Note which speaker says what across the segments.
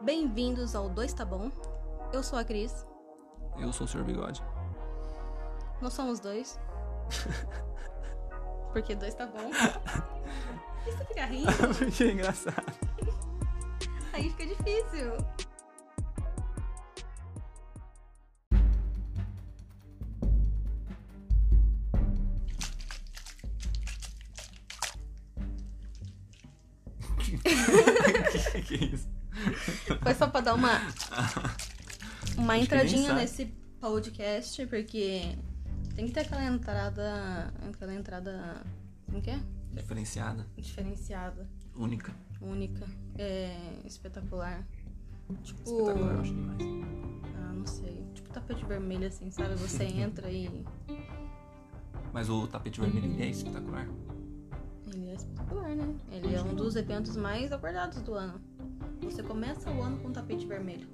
Speaker 1: Bem-vindos ao Dois Tá Bom. Eu sou a Cris,
Speaker 2: Eu sou o Sr. Bigode.
Speaker 1: nós somos dois. Porque dois tá bom. E se ficar rindo,
Speaker 2: Porque é engraçado.
Speaker 1: aí fica difícil.
Speaker 2: que, que é isso?
Speaker 1: Foi só pra dar uma, uma
Speaker 2: nem
Speaker 1: entradinha
Speaker 2: sabe.
Speaker 1: nesse podcast, porque tem que ter aquela entrada. Aquela entrada. Como que é?
Speaker 2: Diferenciada,
Speaker 1: Diferenciada,
Speaker 2: única.
Speaker 1: única, é, espetacular. Tipo.
Speaker 2: Espetacular, eu acho demais.
Speaker 1: Ah, não sei. Tipo tapete vermelho, assim, sabe? Você entra e
Speaker 2: Mas o tapete vermelho ele é espetacular.
Speaker 1: ele é espetacular, né? Ele é um dos eventos mais aguardados do ano. Você começa o ano com um tapete vermelho.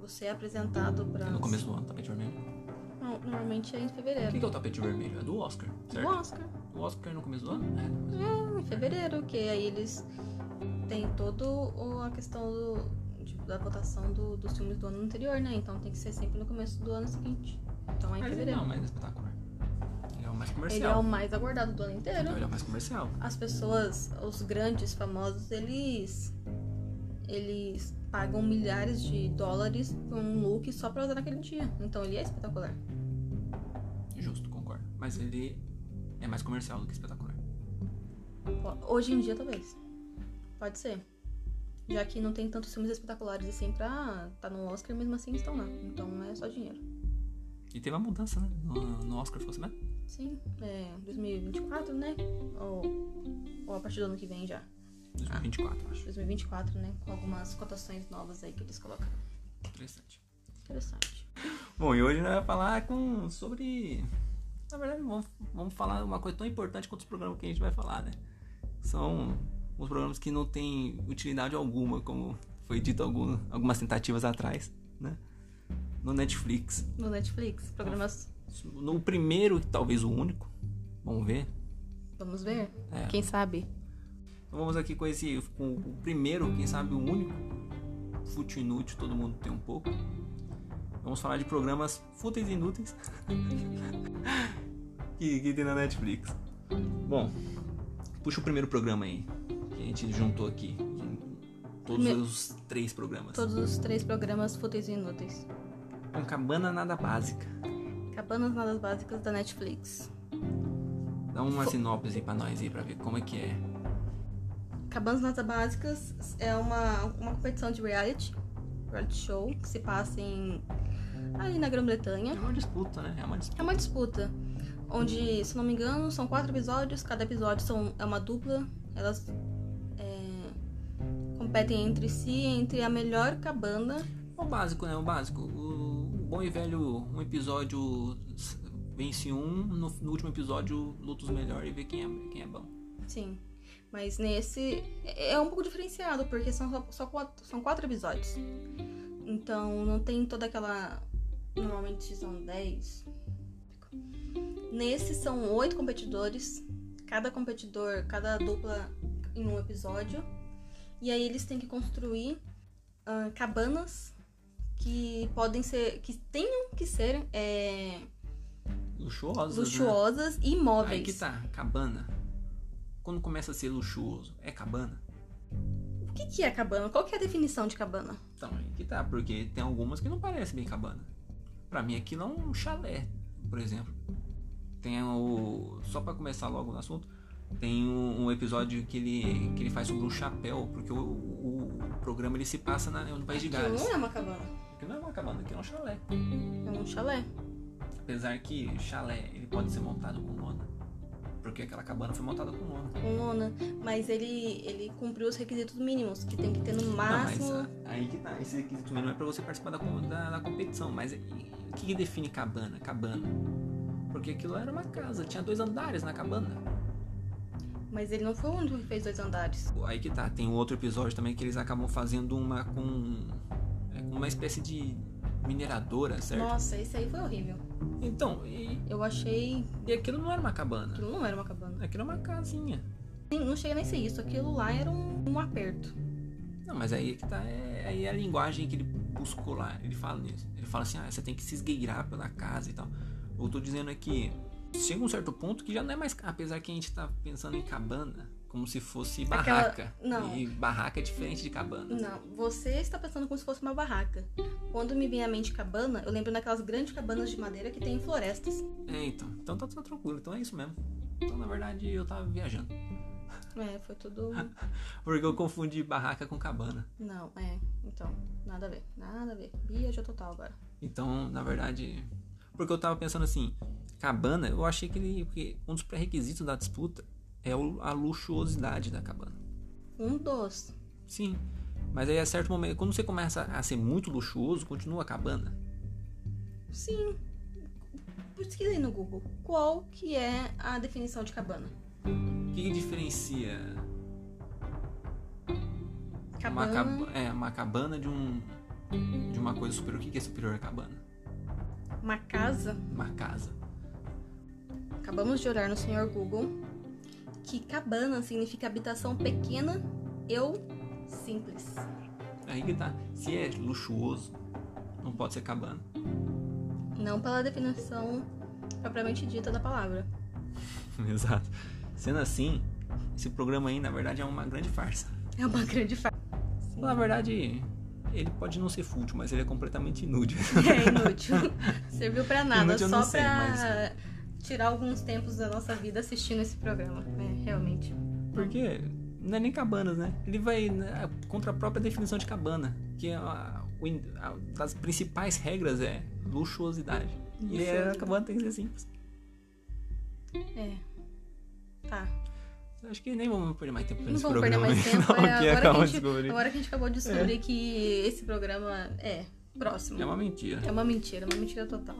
Speaker 1: Você é apresentado pra.
Speaker 2: No começo do ano, tapete vermelho.
Speaker 1: Não, Normalmente é em
Speaker 2: O
Speaker 1: fevereiro.
Speaker 2: que que é o tapete vermelho? É do Oscar,
Speaker 1: O
Speaker 2: certo?
Speaker 1: Oscar.
Speaker 2: O Oscar é no começo do ano? É, no começo do ano.
Speaker 1: É, em fevereiro, que aí eles têm toda a questão do- de- da votação do- dos filmes do ano anterior, né? Então tem que ser sempre no começo do ano seguinte. Então é em
Speaker 2: Mas ele
Speaker 1: fevereiro.
Speaker 2: não, mas é espetacular. Ele é o mais
Speaker 1: Ele é o
Speaker 2: comercial.
Speaker 1: mais aguardado do ano inteiro.
Speaker 2: Então, ele é o mais comercial.
Speaker 1: as pessoas, os grandes famosos, eles eles pagam milhares de dólares por um look só pra usar naquele dia. Então ele é espetacular.
Speaker 2: Justo, concordo. Mas ele é mais comercial do que espetacular.
Speaker 1: Ó, Hoje em dia talvez. Pode ser. Já que não tem tantos filmes espetaculares assim pra tá no Oscar, mesmo assim estão lá. Então é só dinheiro.
Speaker 2: E teve uma mudança, né? No, no Oscar, ficou assim, né?
Speaker 1: Sim, é 2024, né? Ou, ou a partir do ano que vem já.
Speaker 2: 2024, acho.
Speaker 1: 2024, né? Com algumas cotações novas aí que eles colocam.
Speaker 2: Interessante.
Speaker 1: Interessante.
Speaker 2: Bom, e hoje nós vamos falar com, sobre. Na verdade, vamos, vamos falar uma coisa tão importante quanto os programas que a gente vai falar, né? São os programas que não têm utilidade alguma, como foi dito algum, algumas tentativas atrás, né? No Netflix.
Speaker 1: No Netflix, programas.
Speaker 2: No primeiro, e talvez o único. Vamos ver.
Speaker 1: Vamos ver?
Speaker 2: É.
Speaker 1: Quem sabe?
Speaker 2: Então vamos aqui com esse. Com o primeiro, quem sabe o único. Fútil e inútil, todo mundo tem um pouco. Vamos falar de programas fúteis e inúteis que, que tem na Netflix. Bom, puxa o primeiro programa aí. Que a gente juntou aqui. de Todos
Speaker 1: Primeiro-
Speaker 2: os três programas.
Speaker 1: Todos os três programas fúteis e inúteis.
Speaker 2: Com cabana nada básica.
Speaker 1: Cabanas Nadas Básicas da Netflix.
Speaker 2: Dá uma sinopse aí pra nós aí pra ver como é que é.
Speaker 1: Cabanas Nadas Básicas é uma, uma competição de reality, reality show, que se passa em, ali na
Speaker 2: É
Speaker 1: Grã-Bretanha.
Speaker 2: uma disputa, né? É uma disputa.
Speaker 1: É uma disputa, onde, se não me engano, são quatro episódios, cada episódio são, é uma dupla, elas é, competem entre si, entre a melhor cabana
Speaker 2: O básico, né? O básico. O bom e velho, um episódio s- vence um, no, no último episódio luta os melhores e vê quem é, quem é bom.
Speaker 1: Sim. Mas nesse é é um pouco diferenciado, porque são só, só quatro, são quatro episódios. Então não tem toda aquela. Normalmente são dez. Nesse são oito competidores. Cada competidor, cada dupla em um episódio. E aí eles têm que construir ah, cabanas que podem ser. que tenham que ser é,
Speaker 2: Luxuosos.
Speaker 1: luxuosas e
Speaker 2: Né?
Speaker 1: móveis.
Speaker 2: Aí que tá, cabana. Quando começa a ser luxuoso, é cabana?
Speaker 1: O que, que é cabana? Qual que é a definição de cabana?
Speaker 2: Então, aí que tá, porque tem algumas que não parecem bem cabana. Pra mim aquilo é um chalé, por exemplo. Tem o. Só pra começar logo no assunto, tem um, um episódio que ele, que ele faz sobre um chapéu, porque o, o- o programa ele se passa na- no país de
Speaker 1: Aquilo
Speaker 2: Gales.
Speaker 1: não é uma cabana,
Speaker 2: Porque não é uma cabana, aqui é um chalé.
Speaker 1: é um chalé.
Speaker 2: Apesar que chalé ele pode ser montado com lona. Porque aquela cabana foi montada com lona.
Speaker 1: com lona, um mas ele, ele cumpriu os requisitos mínimos, que tem que ter no máximo.
Speaker 2: Não, mas ah, aí que tá. Esse requisito mínimo é pra você participar da, com- da- da competição. Mas e- o que, que define cabana? Cabana. Porque aquilo era uma casa, tinha dois andares na cabana.
Speaker 1: mas ele não foi o único que fez dois andares.
Speaker 2: Aí que tá, tem um outro episódio também que eles acabam fazendo uma com. é, com uma espécie de mineradora, certo?
Speaker 1: Nossa, esse aí foi horrível.
Speaker 2: Então, e,
Speaker 1: Eu achei
Speaker 2: e aquilo não era uma cabana.
Speaker 1: aquilo não era uma cabana.
Speaker 2: Aquilo era uma casinha.
Speaker 1: Nem- Não chega nem a ser isso, aquilo lá era um, um aperto.
Speaker 2: Não, mas aí é que tá. É, aí é a linguagem que ele buscou lá. Ele fala nisso. Ele fala assim: ah, você tem que se esgueirar pela casa e tal. Eu tô dizendo aqui. Chega um certo ponto que já não é mais. Apesar que a gente tá pensando em cabana, como se fosse
Speaker 1: Aquela-
Speaker 2: barraca.
Speaker 1: não.
Speaker 2: E barraca é diferente de cabana.
Speaker 1: Não, você está pensando como se fosse uma barraca. Quando me vem à mente cabana, eu lembro daquelas grandes cabanas de madeira que tem em florestas.
Speaker 2: É, então. Então tá tudo tranquilo. Então é isso mesmo. Então, na verdade, eu tava viajando.
Speaker 1: É, foi tudo.
Speaker 2: Ah. Porque eu confundi barraca com cabana.
Speaker 1: Não, é. Então, nada a ver. Nada a ver. Viajou total agora.
Speaker 2: Então, na verdade. Porque eu tava pensando assim, cabana, eu achei que ele. Porque um dos pré-requisitos da disputa é o- a luxuosidade da cabana.
Speaker 1: Um dos.
Speaker 2: Sim. Mas aí a certo momento, quando você começa a ser muito luxuoso, continua a cabana.
Speaker 1: Sim. Pesquisei no Google. Qual que é a definição de cabana?
Speaker 2: O que, que diferencia
Speaker 1: Cabana.
Speaker 2: Uma, cab- é, uma cabana de um. de uma coisa superior. O que, que é superior à cabana?
Speaker 1: Uma casa.
Speaker 2: Uma casa.
Speaker 1: Acabamos de orar no Senhor Google que cabana significa habitação pequena, eu simples.
Speaker 2: Aí que tá. Se é luxuoso, não pode ser cabana.
Speaker 1: Não pela definição propriamente dita da palavra.
Speaker 2: Exato. Sendo assim, esse programa aí, na verdade, é uma grande farsa.
Speaker 1: É uma grande farsa.
Speaker 2: Na verdade, ele pode não ser fútil, mas ele é completamente inútil.
Speaker 1: É inútil. Serviu pra nada,
Speaker 2: Inútil eu
Speaker 1: só
Speaker 2: não sei,
Speaker 1: pra tirar alguns tempos da nossa vida assistindo esse programa. É, realmente.
Speaker 2: Porque não é nem cabanas, né? Ele vai né, contra a própria definição de cabana, que é a, o in- a- das principais regras é luxuosidade. E é, a
Speaker 1: Luxuosidade.
Speaker 2: cabana tem que ser simples.
Speaker 1: É. Tá.
Speaker 2: Acho que nem vamos perder mais tempo
Speaker 1: Não
Speaker 2: nesse
Speaker 1: vamos perder
Speaker 2: programa.
Speaker 1: mais
Speaker 2: aí,
Speaker 1: tempo. é,
Speaker 2: não, que
Speaker 1: agora, que a
Speaker 2: acabamos de
Speaker 1: gente,
Speaker 2: descobrir.
Speaker 1: agora que a gente acabou de descobrir que esse programa é próximo.
Speaker 2: É uma mentira.
Speaker 1: É uma mentira, uma mentira total.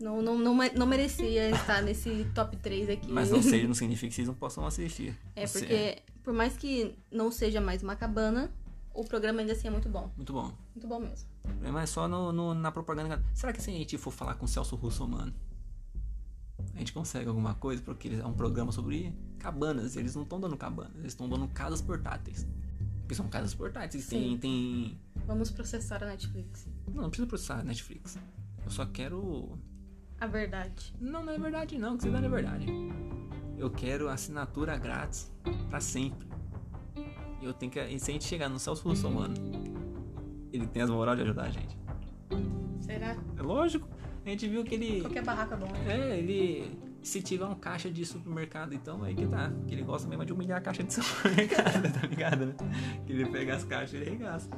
Speaker 1: Não, não, não, me- não merecia estar nesse top 3 aqui.
Speaker 2: Mas não seja, não significa que vocês não possam assistir.
Speaker 1: É
Speaker 2: Você-
Speaker 1: porque, por mais que não seja mais uma cabana, o programa ainda assim é muito bom.
Speaker 2: Muito bom.
Speaker 1: Muito bom mesmo.
Speaker 2: O problema é só no, no- na propaganda. Será que se a gente for falar com o Celso Russo, mano, a gente consegue alguma coisa? Porque eles- é um programa sobre cabanas. Eles não estão dando cabanas, eles estão dando casas portáteis. Porque são casas portáteis. Tem,
Speaker 1: Sim.
Speaker 2: tem.
Speaker 1: Vamos processar a Netflix.
Speaker 2: Não, não precisa processar a Netflix. Eu só quero.
Speaker 1: A verdade.
Speaker 2: Não, não é verdade, não. Que você dá na verdade. Eu quero assinatura grátis pra sempre. E eu tenho que. E se a gente chegar no Celso Russo, mano, ele tem as moral de ajudar a gente.
Speaker 1: Será?
Speaker 2: É lógico. A gente viu que ele.
Speaker 1: Qualquer barraca é bom, né?
Speaker 2: É, ele. Se tiver um caixa de supermercado, então aí que tá. Que ele gosta mesmo de humilhar a caixa de supermercado, tá ligado? Né? Que ele pega as caixas e ele regaça.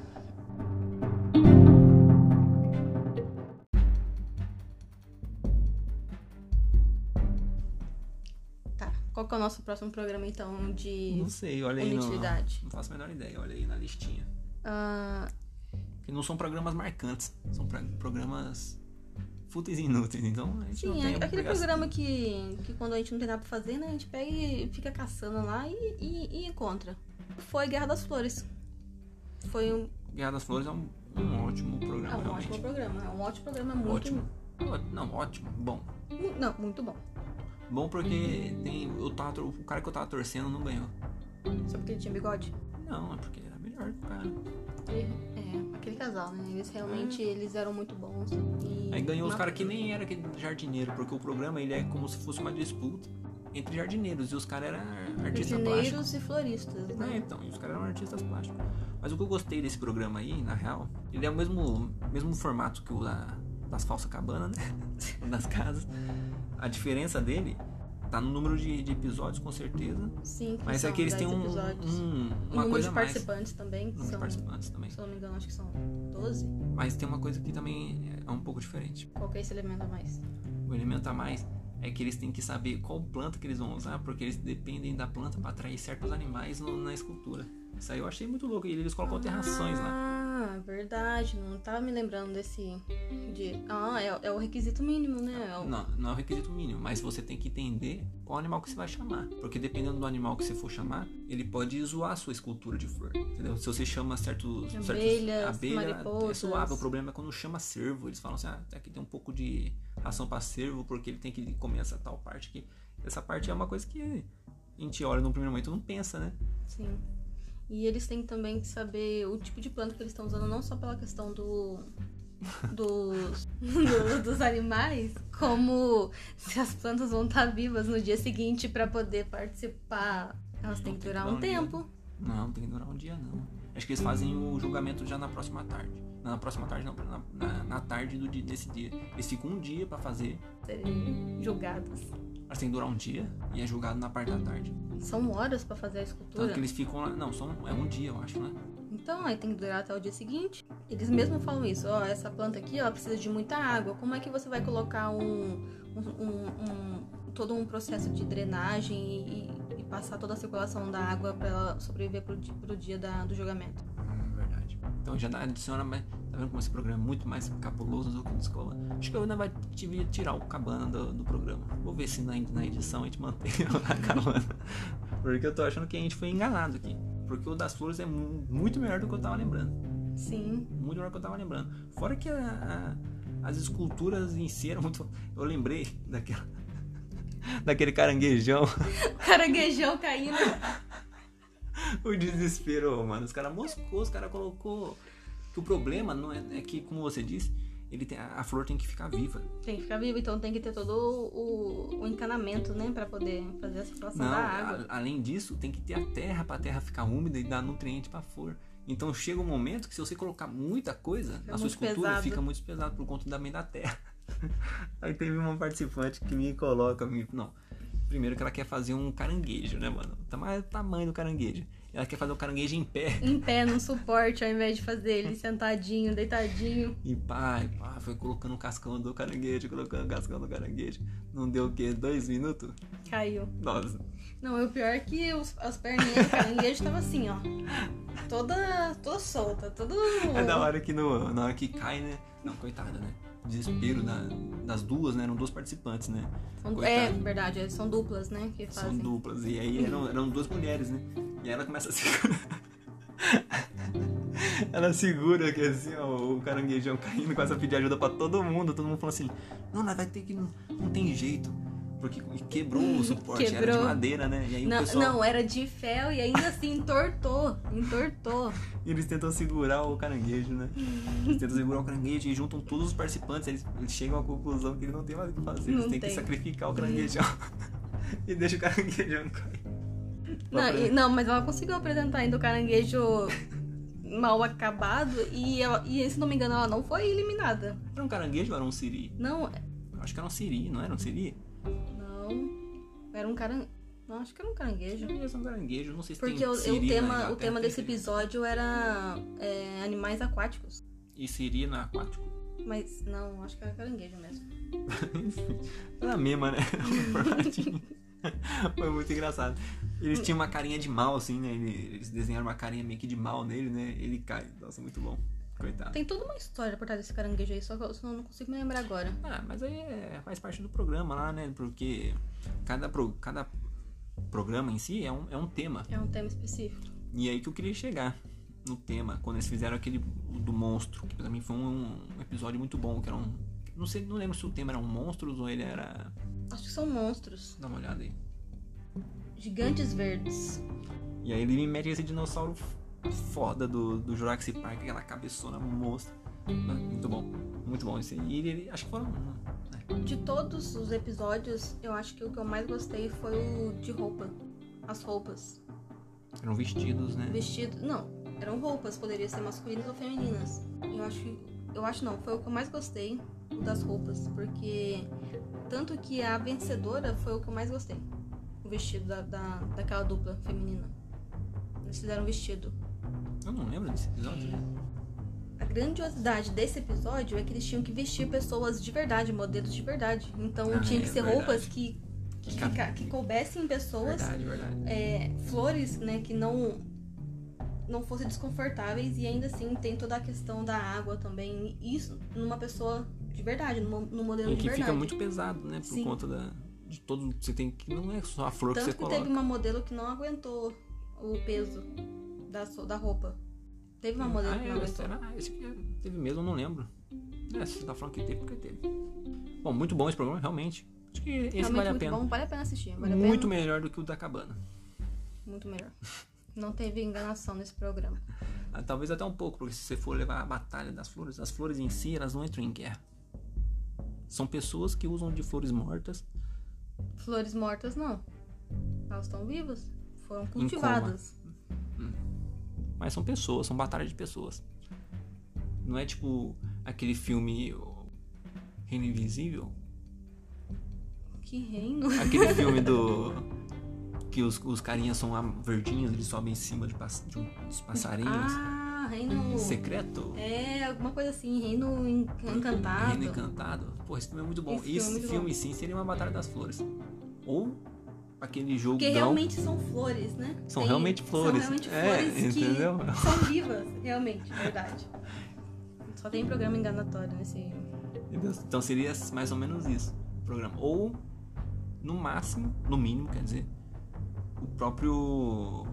Speaker 1: Tá. Qual que é o nosso próximo programa, então, de
Speaker 2: Não sei, olha aí. No, não
Speaker 1: inutilidade?
Speaker 2: faço a menor ideia, olha aí na listinha.
Speaker 1: Ah,
Speaker 2: Que não são programas marcantes, são pra- programas fúteis e inúteis, então a gente não
Speaker 1: sim,
Speaker 2: tem
Speaker 1: é aquele
Speaker 2: obrigação.
Speaker 1: programa que, que quando a gente não tem nada pra fazer, né? A gente pega e fica caçando lá e, e- e encontra. Foi Guerra das Flores. Foi um,
Speaker 2: Guerra das Flores é um, um ótimo programa,
Speaker 1: é um
Speaker 2: realmente.
Speaker 1: ótimo programa. É um ótimo programa, muito...
Speaker 2: ótimo. Ó- Não, ótimo, bom.
Speaker 1: mu- Não, muito bom.
Speaker 2: Bom porque
Speaker 1: Uhum.
Speaker 2: tem. Eu tava, tor- o cara que eu tava torcendo não ganhou.
Speaker 1: Só porque ele tinha bigode.
Speaker 2: Não, é porque era melhor que o cara.
Speaker 1: É, aquele casal, né? Eles realmente eles eram muito bons. E
Speaker 2: É. Aí ganhou os
Speaker 1: uma-
Speaker 2: caras que nem era aquele jardineiro, porque o programa ele é como se fosse uma disputa entre jardineiros e os caras eram artistas plásticos.
Speaker 1: Jardineiros e floristas,
Speaker 2: É,
Speaker 1: né?
Speaker 2: então, e os caras eram artistas plásticos. Mas o que eu gostei desse programa aí, na real, ele é o mesmo, mesmo formato que o da, das falsas cabanas, né? O das casas. A diferença dele tá no número de, de episódios, com certeza.
Speaker 1: Sim, que
Speaker 2: Mas
Speaker 1: são
Speaker 2: é que eles
Speaker 1: 10
Speaker 2: têm um,
Speaker 1: episódios. E
Speaker 2: um- uma
Speaker 1: número
Speaker 2: coisa
Speaker 1: de
Speaker 2: a mais.
Speaker 1: participantes também, que
Speaker 2: Número de
Speaker 1: são, se
Speaker 2: participantes também.
Speaker 1: eu não me engano, acho que são 12.
Speaker 2: Mas tem uma coisa que também é um pouco diferente.
Speaker 1: Qual que é esse elemento a mais?
Speaker 2: O elemento a mais é que eles têm que saber qual planta que eles vão usar, porque eles dependem da planta para atrair certos animais no- na escultura. Isso aí eu achei muito louco. E eles colocam aterrações lá.
Speaker 1: Ah, verdade. Não tava me lembrando desse. De... Ah, é, é o requisito mínimo, né? É o-
Speaker 2: Não, não é o requisito mínimo, mas você tem que entender qual animal que você vai chamar. Porque dependendo do animal que você for chamar, ele pode zoar a sua escultura de flor. Entendeu? Se você chama certos. certos-
Speaker 1: Abelhas,
Speaker 2: é
Speaker 1: mariposas.
Speaker 2: suave. O problema é quando chama cervo. Eles falam assim: ah, aqui tem um pouco de ração para cervo, porque ele tem que comer essa tal parte aqui. Essa parte é uma coisa que a gente olha no primeiro momento e não pensa, né?
Speaker 1: Sim. E eles têm também que saber o tipo de planta que eles estão usando, não só pela questão do. Dos, do- dos animais, como se as plantas vão estar vivas no dia seguinte para poder participar. Elas têm que durar um tempo.
Speaker 2: Não, tem que durar um dia, não. Acho que eles fazem o julgamento já na próxima tarde. Não, na próxima tarde, não. Na, na- na tarde do, di- desse dia. Eles ficam um dia pra fazer.
Speaker 1: serem julgadas.
Speaker 2: Elas têm que durar um dia e é julgado na parte da tarde.
Speaker 1: São horas pra fazer a
Speaker 2: Tanto
Speaker 1: escultura.
Speaker 2: que eles ficam lá. Não, são, é um dia, eu acho, né?
Speaker 1: Então, aí tem que durar até o dia seguinte. Eles mesmos falam isso, ó, essa planta aqui, ela precisa de muita água. Como é que você vai colocar um, um- um- um- todo um processo de drenagem e, e passar toda a circulação da água pra ela sobreviver pro, di- pro dia da- do julgamento?
Speaker 2: Hum, verdade. Então já dá- adiciona mais. Tá vendo como esse programa é muito mais cabuloso do que o de escola? Acho que eu ainda vai tive- tirar o cabana do, do programa. Vou ver se na, na edição a gente mantém a cabana. Porque eu tô achando que a gente foi enganado aqui. Porque o das flores é mu- muito melhor do que eu tava lembrando.
Speaker 1: Sim,
Speaker 2: Muito melhor do que eu tava lembrando. Fora que a- a- as esculturas em si eram muito. Eu lembrei daquela. Daquele caranguejão,
Speaker 1: o caranguejão caindo.
Speaker 2: o desespero, mano. Os caras moscou, os caras colocou. Que o problema não é, é que, como você disse, ele tem, a flor tem que ficar viva.
Speaker 1: Tem que ficar vivo, então tem que ter todo o, o encanamento, né, Pra poder fazer a circulação
Speaker 2: Não,
Speaker 1: da água.
Speaker 2: a- além disso, tem que ter a terra pra terra ficar úmida e dar nutriente pra flor. Então chega um momento que se você colocar muita coisa na sua
Speaker 1: muito
Speaker 2: escultura,
Speaker 1: pesado.
Speaker 2: fica muito pesado por conta também da terra. Aí teve uma participante que me coloca, me... não. Primeiro que ela quer fazer um caranguejo, né, mano? Tá mais o tamanho do caranguejo. Ela quer fazer o caranguejo em pé.
Speaker 1: Em pé, num suporte, ao invés de fazer ele sentadinho, deitadinho.
Speaker 2: E pá, e pá, foi colocando o cascão do caranguejo, colocando o cascão do caranguejo. Não deu o quê? Dois minutos?
Speaker 1: Caiu.
Speaker 2: Nossa.
Speaker 1: Não, e o pior é que os, as perninhas do caranguejo tava assim, ó. Toda, toda solta, todo.
Speaker 2: É da hora que no, na hora que cai, né? Não, coitada, né? Desespero da- das duas, né? Eram duas participantes, né?
Speaker 1: São, é,
Speaker 2: Coitado.
Speaker 1: verdade, são duplas, né? Que
Speaker 2: São
Speaker 1: fazem.
Speaker 2: duplas. E aí eram, eram duas mulheres, né? E aí ela começa a segurar. ela segura aqui assim, ó, o caranguejão caindo, começa a pedir ajuda pra todo mundo. Todo mundo falando assim: Não, nós vai ter que. Não, não tem jeito. Porque quebrou o suporte, era de
Speaker 1: Quebrou.
Speaker 2: madeira, né? E aí
Speaker 1: Não,
Speaker 2: o pessoal.
Speaker 1: não, era de fel e ainda assim entortou. Entortou.
Speaker 2: E eles tentam segurar o caranguejo, né? Eles tentam segurar o caranguejo e juntam todos os participantes. Eles, eles chegam à conclusão que ele não tem mais o que fazer.
Speaker 1: Não
Speaker 2: eles têm
Speaker 1: tem.
Speaker 2: que sacrificar o caranguejão. e deixa o caranguejão cair.
Speaker 1: Não,
Speaker 2: Pra-
Speaker 1: e- não, mas ela conseguiu apresentar ainda o caranguejo mal acabado e, ela, e, se não me engano, ela não foi eliminada.
Speaker 2: Era um caranguejo ou era um siri?
Speaker 1: Não, é,
Speaker 2: Eu Acho que era um siri, não era um siri?
Speaker 1: não. Era um caranguejo. Não, acho que era um caranguejo.
Speaker 2: Devia ser um caranguejo, não sei se
Speaker 1: Porque
Speaker 2: tem
Speaker 1: o, o
Speaker 2: siri na
Speaker 1: tema, o
Speaker 2: Inglaterra,
Speaker 1: tema
Speaker 2: tem
Speaker 1: desse
Speaker 2: siri.
Speaker 1: episódio era é, animais aquáticos.
Speaker 2: E siri no aquático.
Speaker 1: Mas não, acho que era caranguejo mesmo.
Speaker 2: Era a mesma, né? Formatinho. Foi muito engraçado. Eles tinham uma carinha de mal, assim, né? Ele- Eles desenharam uma carinha meio que de mal nele, né? Ele cai. Nossa, muito bom. Coitado.
Speaker 1: Tem toda uma história por trás desse caranguejo aí, só que eu só não consigo me lembrar agora.
Speaker 2: Ah, mas aí é, faz parte do programa lá, né? Porque cada, pro- cada programa em si é um, é um tema.
Speaker 1: É um tema específico.
Speaker 2: E é aí que eu queria chegar no tema, quando eles fizeram aquele do monstro, que pra mim foi um, um episódio muito bom, que era um. Não sei, não lembro se o tema era um monstro ou ele era.
Speaker 1: Acho que são monstros.
Speaker 2: Dá uma olhada aí.
Speaker 1: Gigantes verdes.
Speaker 2: E aí ele me mete esse dinossauro foda do, do Jurassic Park, aquela cabeçona monstro. Ah, Muito bom, muito bom esse. E ele, ele- acho que foram.
Speaker 1: De todos os episódios, eu acho que o que eu mais gostei foi o de roupa. As roupas.
Speaker 2: Eram vestidos, né?
Speaker 1: Vestido. Não, eram roupas, poderiam ser masculinas ou femininas. Eu acho que. Eu acho não, foi o que eu mais gostei, o das roupas, porque tanto que a vencedora foi o que eu mais gostei. O vestido da, da, daquela dupla feminina. Eles fizeram um vestido.
Speaker 2: Eu não lembro desse episódio. né?
Speaker 1: A grandiosidade desse episódio é que eles tinham que vestir pessoas de verdade, modelos de verdade. Então
Speaker 2: Ah,
Speaker 1: tinha
Speaker 2: é
Speaker 1: que ser
Speaker 2: verdade.
Speaker 1: roupas que, que,
Speaker 2: cabe-
Speaker 1: fica- que coubessem em pessoas
Speaker 2: Verdade, verdade.
Speaker 1: é, flores, né, que não não fossem desconfortáveis e ainda assim tem toda a questão da água também. Isso numa pessoa de verdade, numa- num modelo de
Speaker 2: E Um que
Speaker 1: verdade.
Speaker 2: fica muito pesado, né? Por
Speaker 1: Sim.
Speaker 2: conta da, de todo. Você tem que. Não é só a flor
Speaker 1: Tanto
Speaker 2: que
Speaker 1: que,
Speaker 2: você coloca.
Speaker 1: teve uma modelo que não aguentou o peso da, so- da roupa. Teve um uma modelo que não
Speaker 2: ah, é,
Speaker 1: aguentou.
Speaker 2: será? Ah, esse aqui teve mesmo, eu não lembro. É, se você tá falando que teve, porque teve. Bom, muito bom esse programa, realmente. Acho que esse
Speaker 1: Realmente
Speaker 2: vale a
Speaker 1: muito
Speaker 2: pena.
Speaker 1: bom, vale a pena assistir. Vale a
Speaker 2: muito
Speaker 1: pena,
Speaker 2: melhor do que o da cabana.
Speaker 1: muito melhor. Não teve enganação nesse programa.
Speaker 2: Ah, Talvez até um pouco, porque se você for levar a batalha das flores, as flores em si, elas não entram em guerra. São pessoas que usam de flores mortas
Speaker 1: Flores mortas, não. Elas estão vivas. Foram
Speaker 2: coma.
Speaker 1: cultivadas.
Speaker 2: Mas são pessoas, são batalhas de pessoas. Não é tipo aquele filme o Reino Invisível?
Speaker 1: Que reino.
Speaker 2: Aquele filme do. Que os, os carinhas são a- verdinhos, eles sobem em cima de, pass- de um- dos passarinhos.
Speaker 1: Ah, reino.
Speaker 2: Secreto?
Speaker 1: É, alguma coisa assim, reino en- encantado.
Speaker 2: Reino Encantado. Pô, esse filme é muito bom.
Speaker 1: É Esse
Speaker 2: Esse,
Speaker 1: filme é muito
Speaker 2: filme sim seria uma Batalha das Flores. Ou aquele jogo.
Speaker 1: Porque realmente são flores, né?
Speaker 2: São
Speaker 1: Tem-
Speaker 2: realmente flores.
Speaker 1: São realmente
Speaker 2: É,
Speaker 1: flores que
Speaker 2: entendeu?
Speaker 1: são vivas, realmente, verdade. Só tem programa enganatório nesse.
Speaker 2: Entendeu? Então seria mais ou menos isso o programa. Ou, no máximo, no mínimo, quer dizer, o próprio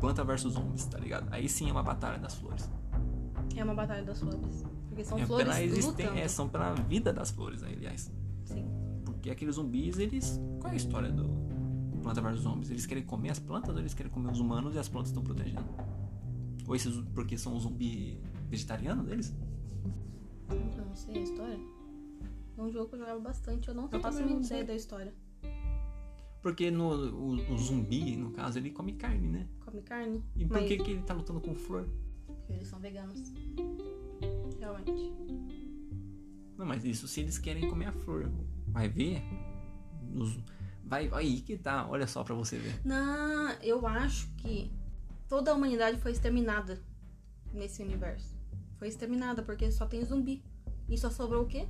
Speaker 2: Planta versus Zombies, tá ligado? Aí sim é uma batalha das flores.
Speaker 1: É uma batalha das flores. Porque são
Speaker 2: é
Speaker 1: flores né?
Speaker 2: pela existen-
Speaker 1: lutando.
Speaker 2: é, são pela vida das flores, né, aliás.
Speaker 1: Sim.
Speaker 2: Porque aqueles zumbis, eles. Qual é a história do Planta versus Zombies? Eles querem comer as plantas ou eles querem comer os humanos e as plantas estão protegendo? Ou esses. Porque são zumbi vegetarianos deles?
Speaker 1: Eu não sei a história. É um jogo que eu jogava bastante, eu não
Speaker 2: Eu
Speaker 1: faço a
Speaker 2: também não
Speaker 1: mínima
Speaker 2: sei.
Speaker 1: ideia da história.
Speaker 2: Porque no, o, o zumbi, no caso, ele come carne, né?
Speaker 1: Come carne?
Speaker 2: E por
Speaker 1: Mas-
Speaker 2: que, que ele tá lutando com flor?
Speaker 1: Porque eles são veganos. Realmente.
Speaker 2: Não, mas isso se eles querem comer a flor. Vai ver? Nos- Vai, aí que tá, olha só pra você ver.
Speaker 1: Não, eu acho que toda a humanidade foi exterminada nesse universo. Foi exterminada porque só tem zumbi. E só sobrou o quê?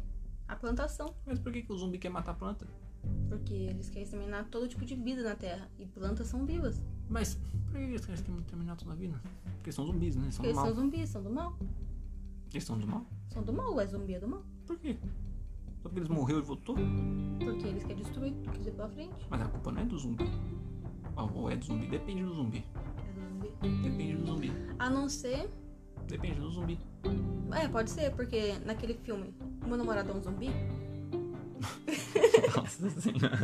Speaker 1: A plantação.
Speaker 2: Mas por que, que o zumbi quer matar a planta?
Speaker 1: Porque eles querem exterminar todo tipo de vida na Terra. E plantas são vivas.
Speaker 2: Mas por que eles querem ter- terminar toda a vida? Porque são zumbis, né? Eles são
Speaker 1: Porque eles
Speaker 2: do mal.
Speaker 1: são zumbis, são do mal.
Speaker 2: Eles são do mal?
Speaker 1: São do mal, é zumbi é do mal.
Speaker 2: Por quê? Só porque eles morreram e voltou?
Speaker 1: Porque eles querem destruir tudo que vem pela frente.
Speaker 2: Mas a culpa não é do zumbi. Ou ou é do zumbi? Depende do zumbi.
Speaker 1: É do zumbi.
Speaker 2: Depende do zumbi.
Speaker 1: A não ser.
Speaker 2: Depende do zumbi.
Speaker 1: É, pode ser, porque naquele filme, o meu namorado é um zumbi.
Speaker 2: Nossa senhora.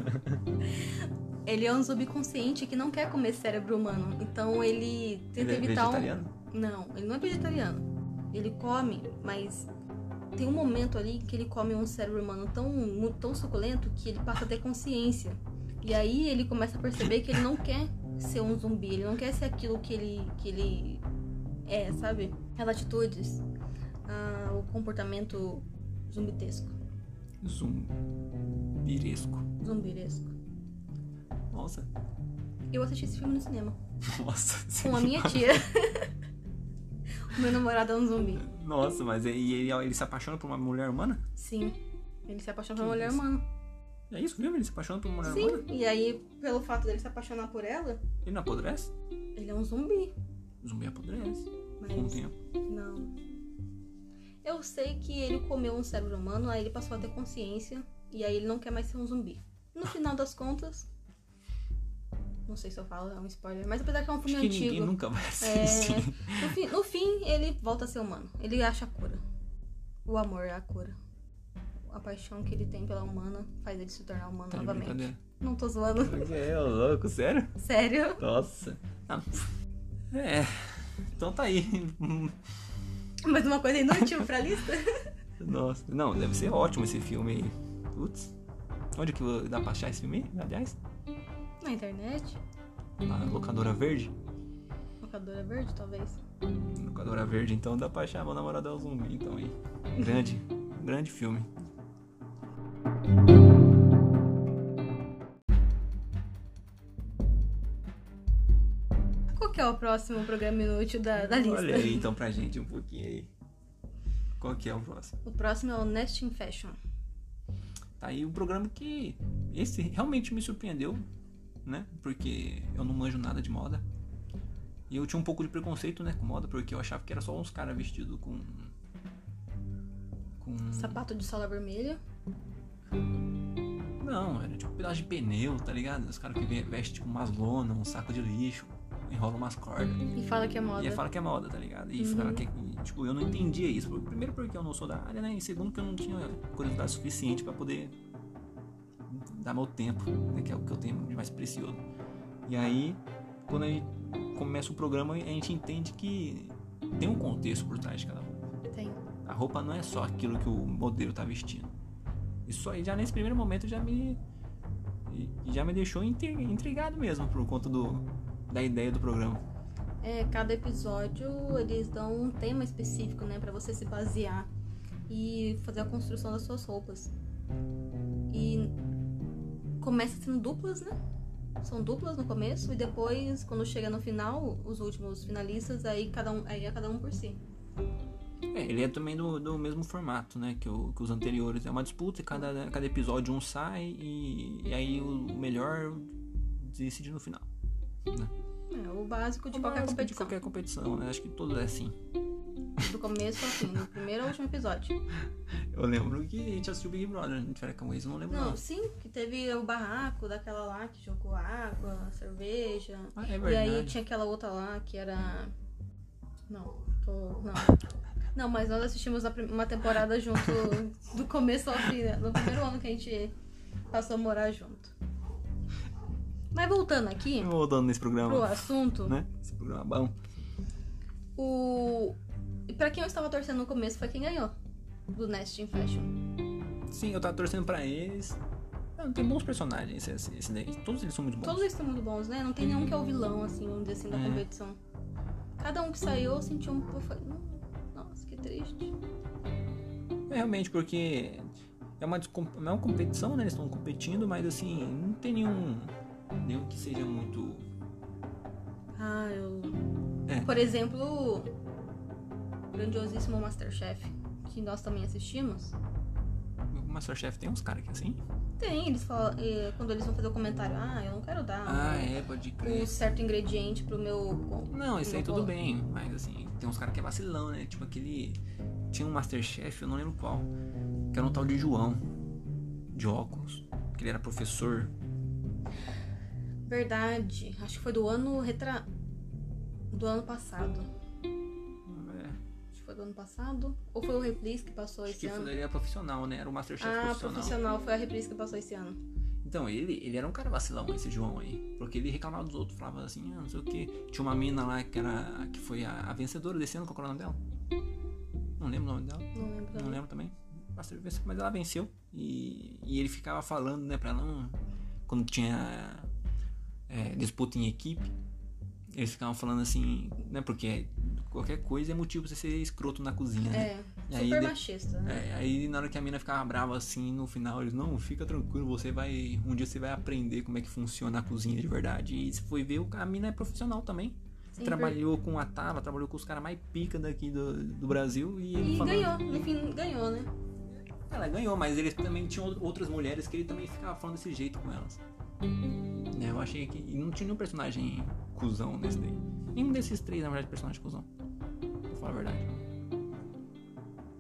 Speaker 1: Ele é um zumbi consciente que não quer comer cérebro humano. Então ele tenta
Speaker 2: Ele é
Speaker 1: evitar um.
Speaker 2: vegetariano?
Speaker 1: Não, ele não é vegetariano. Ele come, mas tem um momento ali que ele come um cérebro humano tão, mu- tão suculento que ele passa a ter consciência. E aí ele começa a perceber que ele não quer ser um zumbi, ele não quer ser aquilo que ele, que ele é, sabe? As atitudes, ah, o comportamento zumbitesco,
Speaker 2: Zumbiresco.
Speaker 1: zumbiresco.
Speaker 2: Nossa.
Speaker 1: Eu assisti esse filme no cinema
Speaker 2: Nossa
Speaker 1: com a minha tia. o meu namorado é um zumbi.
Speaker 2: Nossa, mas e- e ele, ele se apaixona por uma mulher humana?
Speaker 1: Sim, ele se apaixona por uma
Speaker 2: Que
Speaker 1: mulher
Speaker 2: isso.
Speaker 1: humana.
Speaker 2: É isso mesmo? Ele se apaixona por uma mulher humana?
Speaker 1: Sim, e aí, pelo fato dele se apaixonar por ela,
Speaker 2: Ele não apodrece?
Speaker 1: ele é um zumbi.
Speaker 2: O zumbi apodrece. Com o
Speaker 1: Mas
Speaker 2: tempo.
Speaker 1: não. Eu sei que ele comeu um cérebro humano, aí ele passou a ter consciência, e aí ele não quer mais ser um zumbi. No final das contas. Não sei se eu falo, é um spoiler, mas apesar que é um
Speaker 2: Acho
Speaker 1: filme
Speaker 2: que ninguém
Speaker 1: antigo.
Speaker 2: nunca vai
Speaker 1: É,
Speaker 2: assistir.
Speaker 1: no, fim, no fim, ele volta a ser humano. Ele acha a cura. O amor é a cura. A paixão que ele tem pela humana faz ele se tornar humano
Speaker 2: Tá de
Speaker 1: novamente.
Speaker 2: brincadeira.
Speaker 1: Não tô zoando.
Speaker 2: É, ô louco, sério?
Speaker 1: Sério.
Speaker 2: Nossa. Ah, é. Então tá aí.
Speaker 1: Mas uma coisa inútil pra lista.
Speaker 2: Nossa. Não, deve ser ótimo esse filme aí. Putz. Onde que eu- dá pra achar esse filme aí, aliás?
Speaker 1: Na internet?
Speaker 2: Na locadora verde?
Speaker 1: Locadora verde, talvez.
Speaker 2: Locadora verde, então dá pra achar meu namorado é um zumbi, então aí. Grande. grande filme.
Speaker 1: Qual que é o próximo programa inútil da, da lista?
Speaker 2: Olha aí então pra gente um pouquinho aí. Qual que é o próximo?
Speaker 1: O próximo é o Nesting Fashion.
Speaker 2: Tá aí um programa que. Esse realmente me surpreendeu, né? Porque eu não manjo nada de moda. E eu tinha um pouco de preconceito, né, com moda, porque eu achava que era só uns caras vestidos com. Com.
Speaker 1: Sapato de sola vermelha.
Speaker 2: Não, era tipo um pedaço de pneu, tá ligado? Os caras que ve- vestem tipo umas lona, um saco de lixo, enrolam umas cordas.
Speaker 1: E fala que é
Speaker 2: E aí
Speaker 1: moda.
Speaker 2: fala que é moda, tá ligado? E
Speaker 1: Uhum.
Speaker 2: fala que, e, tipo, eu não entendia isso. Primeiro porque eu não sou da área, né? E segundo que eu não tinha curiosidade suficiente pra poder dar meu tempo, né? que é o que eu tenho de mais precioso. E aí quando a gente começa o programa, a gente entende que tem um contexto por trás de cada roupa.
Speaker 1: Tem.
Speaker 2: A roupa não é só aquilo que o modelo tá vestindo. Isso aí já nesse primeiro momento já me já me deixou intri- intrigado mesmo por conta do da ideia do programa.
Speaker 1: É, cada episódio eles dão um tema específico, né, Pra você se basear e fazer a construção das suas roupas. E começa sendo duplas, né? São duplas no começo e depois, quando chega no final, os últimos finalistas, aí cada um, aí é cada um por si.
Speaker 2: É, ele é também do, do mesmo formato, né, que, o- que os anteriores. É uma disputa, e cada cada episódio um sai e, e aí o melhor decide no final.
Speaker 1: É, o básico de
Speaker 2: O
Speaker 1: qualquer
Speaker 2: básico de
Speaker 1: competição.
Speaker 2: qualquer competição, né? Acho que tudo é assim.
Speaker 1: Do começo ao fim, do primeiro ao último episódio.
Speaker 2: Eu lembro que a gente assistiu Big Brother, não tiver com isso, não lembro não.
Speaker 1: Não, sim, que teve o barraco daquela lá que jogou água, cerveja.
Speaker 2: Ah, é
Speaker 1: E
Speaker 2: verdade.
Speaker 1: aí tinha aquela outra lá que era. Não, tô. Não. Não, mas nós assistimos a prim- uma temporada junto do começo ao fim, né? No primeiro ano que a gente passou a morar junto. Mas voltando aqui
Speaker 2: Voltando nesse
Speaker 1: pro
Speaker 2: programa,
Speaker 1: assunto,
Speaker 2: né? Esse programa bom.
Speaker 1: o. E pra quem eu estava torcendo no começo foi quem ganhou. Do Nest in Fashion.
Speaker 2: Sim, eu tava torcendo pra eles. Não, tem bons personagens esse, esse, esse daí. Todos eles são muito bons.
Speaker 1: Todos eles são muito bons, né? Não tem nenhum que é o vilão, assim, vamos dizer assim, da
Speaker 2: É.
Speaker 1: competição. Cada um que saiu eu senti um pouco. falei, "Hum, Nossa, que triste.
Speaker 2: É, Realmente, porque é uma, descom- é uma competição, né? Eles estão competindo, mas assim, não tem nenhum. Nenhum que seja muito.
Speaker 1: Ah, eu.
Speaker 2: É.
Speaker 1: Por exemplo, o grandiosíssimo Masterchef, que nós também assistimos.
Speaker 2: O Masterchef tem uns caras que é assim.
Speaker 1: Tem, eles falam. eh, Quando eles vão fazer o comentário, ah, eu não quero dar
Speaker 2: Ah, é, pode
Speaker 1: um
Speaker 2: crer.
Speaker 1: certo ingrediente pro meu. co-
Speaker 2: Não, isso aí
Speaker 1: Não
Speaker 2: tudo
Speaker 1: vou.
Speaker 2: bem, mas assim, tem uns caras que é vacilão, né? Tipo aquele. Tinha um Masterchef, eu não lembro qual. Que era um tal de João, de óculos. Que ele era professor.
Speaker 1: Verdade. Acho que foi do ano retra. Do ano passado.
Speaker 2: É,
Speaker 1: Acho que foi do ano passado. Ou foi o reprise que passou
Speaker 2: acho
Speaker 1: esse
Speaker 2: que
Speaker 1: ano?
Speaker 2: ele era profissional, né? Era o Masterchef
Speaker 1: ah,
Speaker 2: profissional.
Speaker 1: profissional. Foi a reprise que passou esse ano.
Speaker 2: Então, ele, ele era um cara vacilão, esse João aí. Porque ele reclamava dos outros, falava assim, ah, não sei o que. Tinha uma mina lá que era. que foi a, a vencedora desse ano, qual que era o nome dela? Não lembro o nome dela.
Speaker 1: Não lembro.
Speaker 2: Não lembro também. Bastante vez, Mas ela venceu. E, e ele ficava falando, né, pra não. Quando tinha é, disputa em equipe, eles ficavam falando assim, né? Porque qualquer coisa é motivo pra você ser escroto na cozinha, né?
Speaker 1: É,
Speaker 2: E aí
Speaker 1: super
Speaker 2: de-
Speaker 1: machista, né?
Speaker 2: É, aí na hora que a mina ficava brava assim, no final eles, não, fica tranquilo, você vai. Um dia você vai aprender como é que funciona a cozinha de verdade. E você foi ver, o- a mina é profissional também.
Speaker 1: Sim,
Speaker 2: trabalhou com a Tava, trabalhou com os caras mais pica daqui do, do Brasil e, ele
Speaker 1: E
Speaker 2: falando-
Speaker 1: ganhou, no fim ganhou, né?
Speaker 2: Ela ganhou, mas eles também tinham outras mulheres que ele também ficava falando desse jeito com elas. Né, Eu achei que. E não tinha nenhum personagem cuzão nesse daí. Nenhum desses três, na verdade, personagem cuzão. Pra falar a verdade.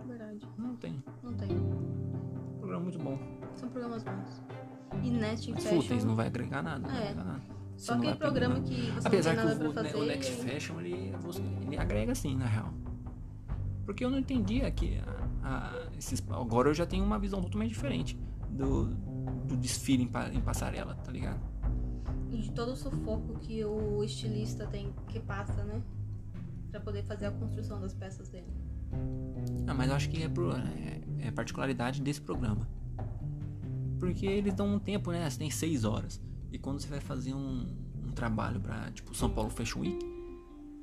Speaker 1: Verdade.
Speaker 2: Não tem.
Speaker 1: Não tem.
Speaker 2: Um programa muito bom.
Speaker 1: São programas bons. E Nest in
Speaker 2: Mas
Speaker 1: Fashion.
Speaker 2: fúteis, não vai agregar nada. Não
Speaker 1: É.
Speaker 2: vai agregar nada. Você
Speaker 1: Só
Speaker 2: não
Speaker 1: aquele
Speaker 2: vai aprender
Speaker 1: programa
Speaker 2: nada.
Speaker 1: que você
Speaker 2: Apesar
Speaker 1: não
Speaker 2: que
Speaker 1: tem nada
Speaker 2: o,
Speaker 1: pra
Speaker 2: né,
Speaker 1: fazer. é.
Speaker 2: o Next
Speaker 1: e-
Speaker 2: Fashion ele, você- ele agrega sim, na real. Porque eu não entendia que a- a- esses, agora eu já tenho uma visão totalmente diferente do, do desfile em, pa- em passarela, tá ligado?
Speaker 1: e de todo o sufoco que o estilista tem que passa, né? Pra poder fazer a construção das peças dele.
Speaker 2: Ah, mas eu acho que é, pro- é- é particularidade desse programa. Porque eles dão um tempo, né? Você tem seis horas. E quando você vai fazer um, um trabalho pra, tipo, São Paulo Fashion Week,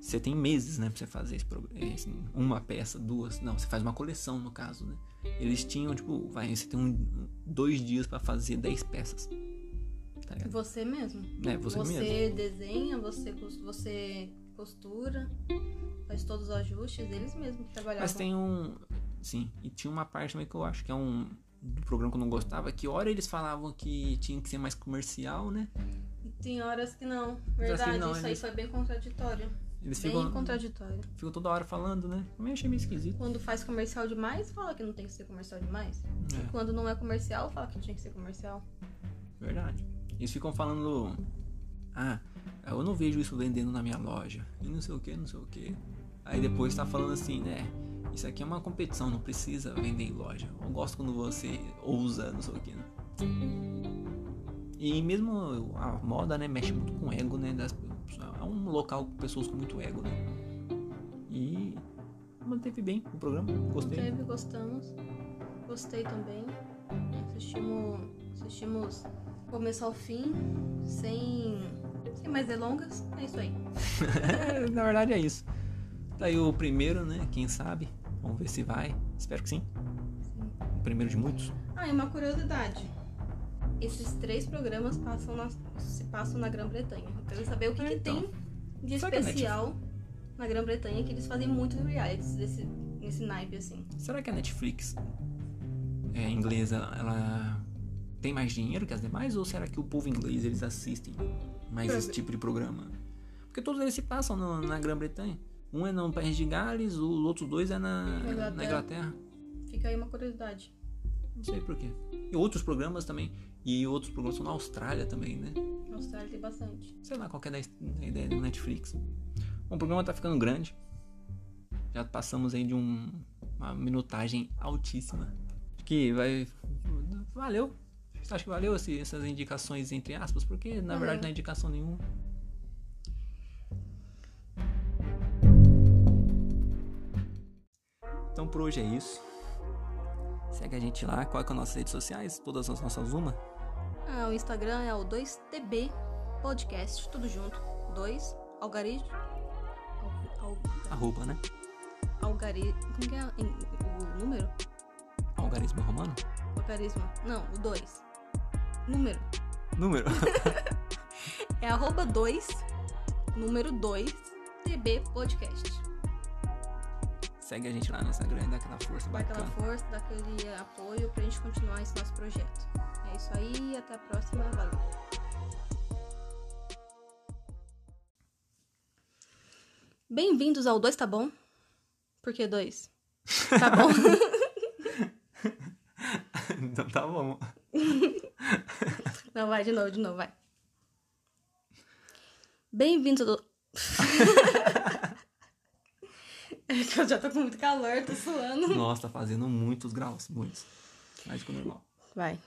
Speaker 2: você tem meses, né? Pra você fazer esse, pro- esse- uma peça, duas. Não, você faz uma coleção, no caso, né? Eles tinham, tipo, vai, você tem um, dois dias pra fazer dez peças. Tá ligado?
Speaker 1: Você mesmo.
Speaker 2: É, você, mesmo.
Speaker 1: desenha, você, cos- você costura, faz todos os ajustes, eles mesmos que trabalhavam.
Speaker 2: Mas tem um. Sim, e tinha uma parte também que eu acho que é um. Do programa que eu não gostava, que hora eles falavam que tinha que ser mais comercial, né?
Speaker 1: E tem horas que não. Verdade,
Speaker 2: não,
Speaker 1: isso aí
Speaker 2: eles-
Speaker 1: foi bem contraditório.
Speaker 2: Eles
Speaker 1: Bem
Speaker 2: ficam,
Speaker 1: contraditório.
Speaker 2: ficam toda hora falando, né? Também achei meio esquisito.
Speaker 1: Quando faz comercial demais, fala que não tem que ser comercial demais.
Speaker 2: É,
Speaker 1: Quando não é comercial, fala que tinha que ser comercial.
Speaker 2: verdade. Eles ficam falando. Ah, eu não vejo isso vendendo na minha loja. E não sei o que, não sei o que. Aí depois tá falando assim, né? Isso aqui é uma competição, não precisa vender em loja. Eu gosto quando você ousa, não sei o que. E mesmo a moda, né? Mexe muito com o ego, né? Das, é um local com pessoas com muito ego, né? E manteve bem o programa, gostei.
Speaker 1: Teve, gostamos. Gostei também. Assistimos, assistimos começo ao fim, sem, sem mais delongas. É isso aí.
Speaker 2: Na verdade é isso. Tá aí o primeiro, né? Quem sabe? Vamos ver se vai. Espero que sim. O primeiro de muitos.
Speaker 1: Ah, e uma curiosidade. Esses três programas passam na, se passam na Grã-Bretanha. Eu quero saber o que,
Speaker 2: Ah,
Speaker 1: que
Speaker 2: então.
Speaker 1: tem de
Speaker 2: Será que é
Speaker 1: especial na Grã-Bretanha, que eles fazem muitos realities desse, nesse naipe, assim.
Speaker 2: Será que a Netflix é, inglesa, ela tem mais dinheiro que as demais? Ou será que o povo inglês, eles assistem mais
Speaker 1: Pra
Speaker 2: esse tipo de programa? Porque todos eles se passam no- na Grã-Bretanha. Um é no País de Gales, os outros dois é na na Inglaterra.
Speaker 1: Inglaterra. Fica aí uma curiosidade.
Speaker 2: Não sei porquê. E outros programas também. E outros programas são na Austrália também, né?
Speaker 1: Na Austrália tem bastante.
Speaker 2: Sei lá qual que é da- a ideia do Netflix. Bom, o programa tá ficando grande. Já passamos aí de um- uma minutagem altíssima. Acho que vai. Valeu. Você acha que valeu esse- essas indicações, entre aspas? Porque na
Speaker 1: Valeu.
Speaker 2: verdade não é indicação nenhuma. Então por hoje é isso. Segue a gente lá. Qual é que é as nossas redes sociais? Todas as nossas uma.
Speaker 1: Ah, o Instagram é o 2TB Podcast, tudo junto. 2 algarismo. Al, al,
Speaker 2: Arroba, né?
Speaker 1: algari, como que é em- o número?
Speaker 2: Algarismo romano.
Speaker 1: Algarismo. Não, o 2. Número.
Speaker 2: Número.
Speaker 1: É arroba 2, número 2, TB Podcast.
Speaker 2: Segue a gente lá no Instagram e dá aquela força
Speaker 1: Dá aquela
Speaker 2: bacana.
Speaker 1: força, dá aquele apoio pra gente continuar esse nosso projeto. É isso aí, até a próxima, valeu. Bem-vindos ao 2 Tá Bom? Por que 2? Tá bom?
Speaker 2: então tá bom.
Speaker 1: Não, vai, de novo, de novo, vai. Bem-vindos ao... é que eu já tô com muito calor, tô suando.
Speaker 2: Nossa, tá fazendo muitos graus, muitos. Mais que o normal.
Speaker 1: Vai.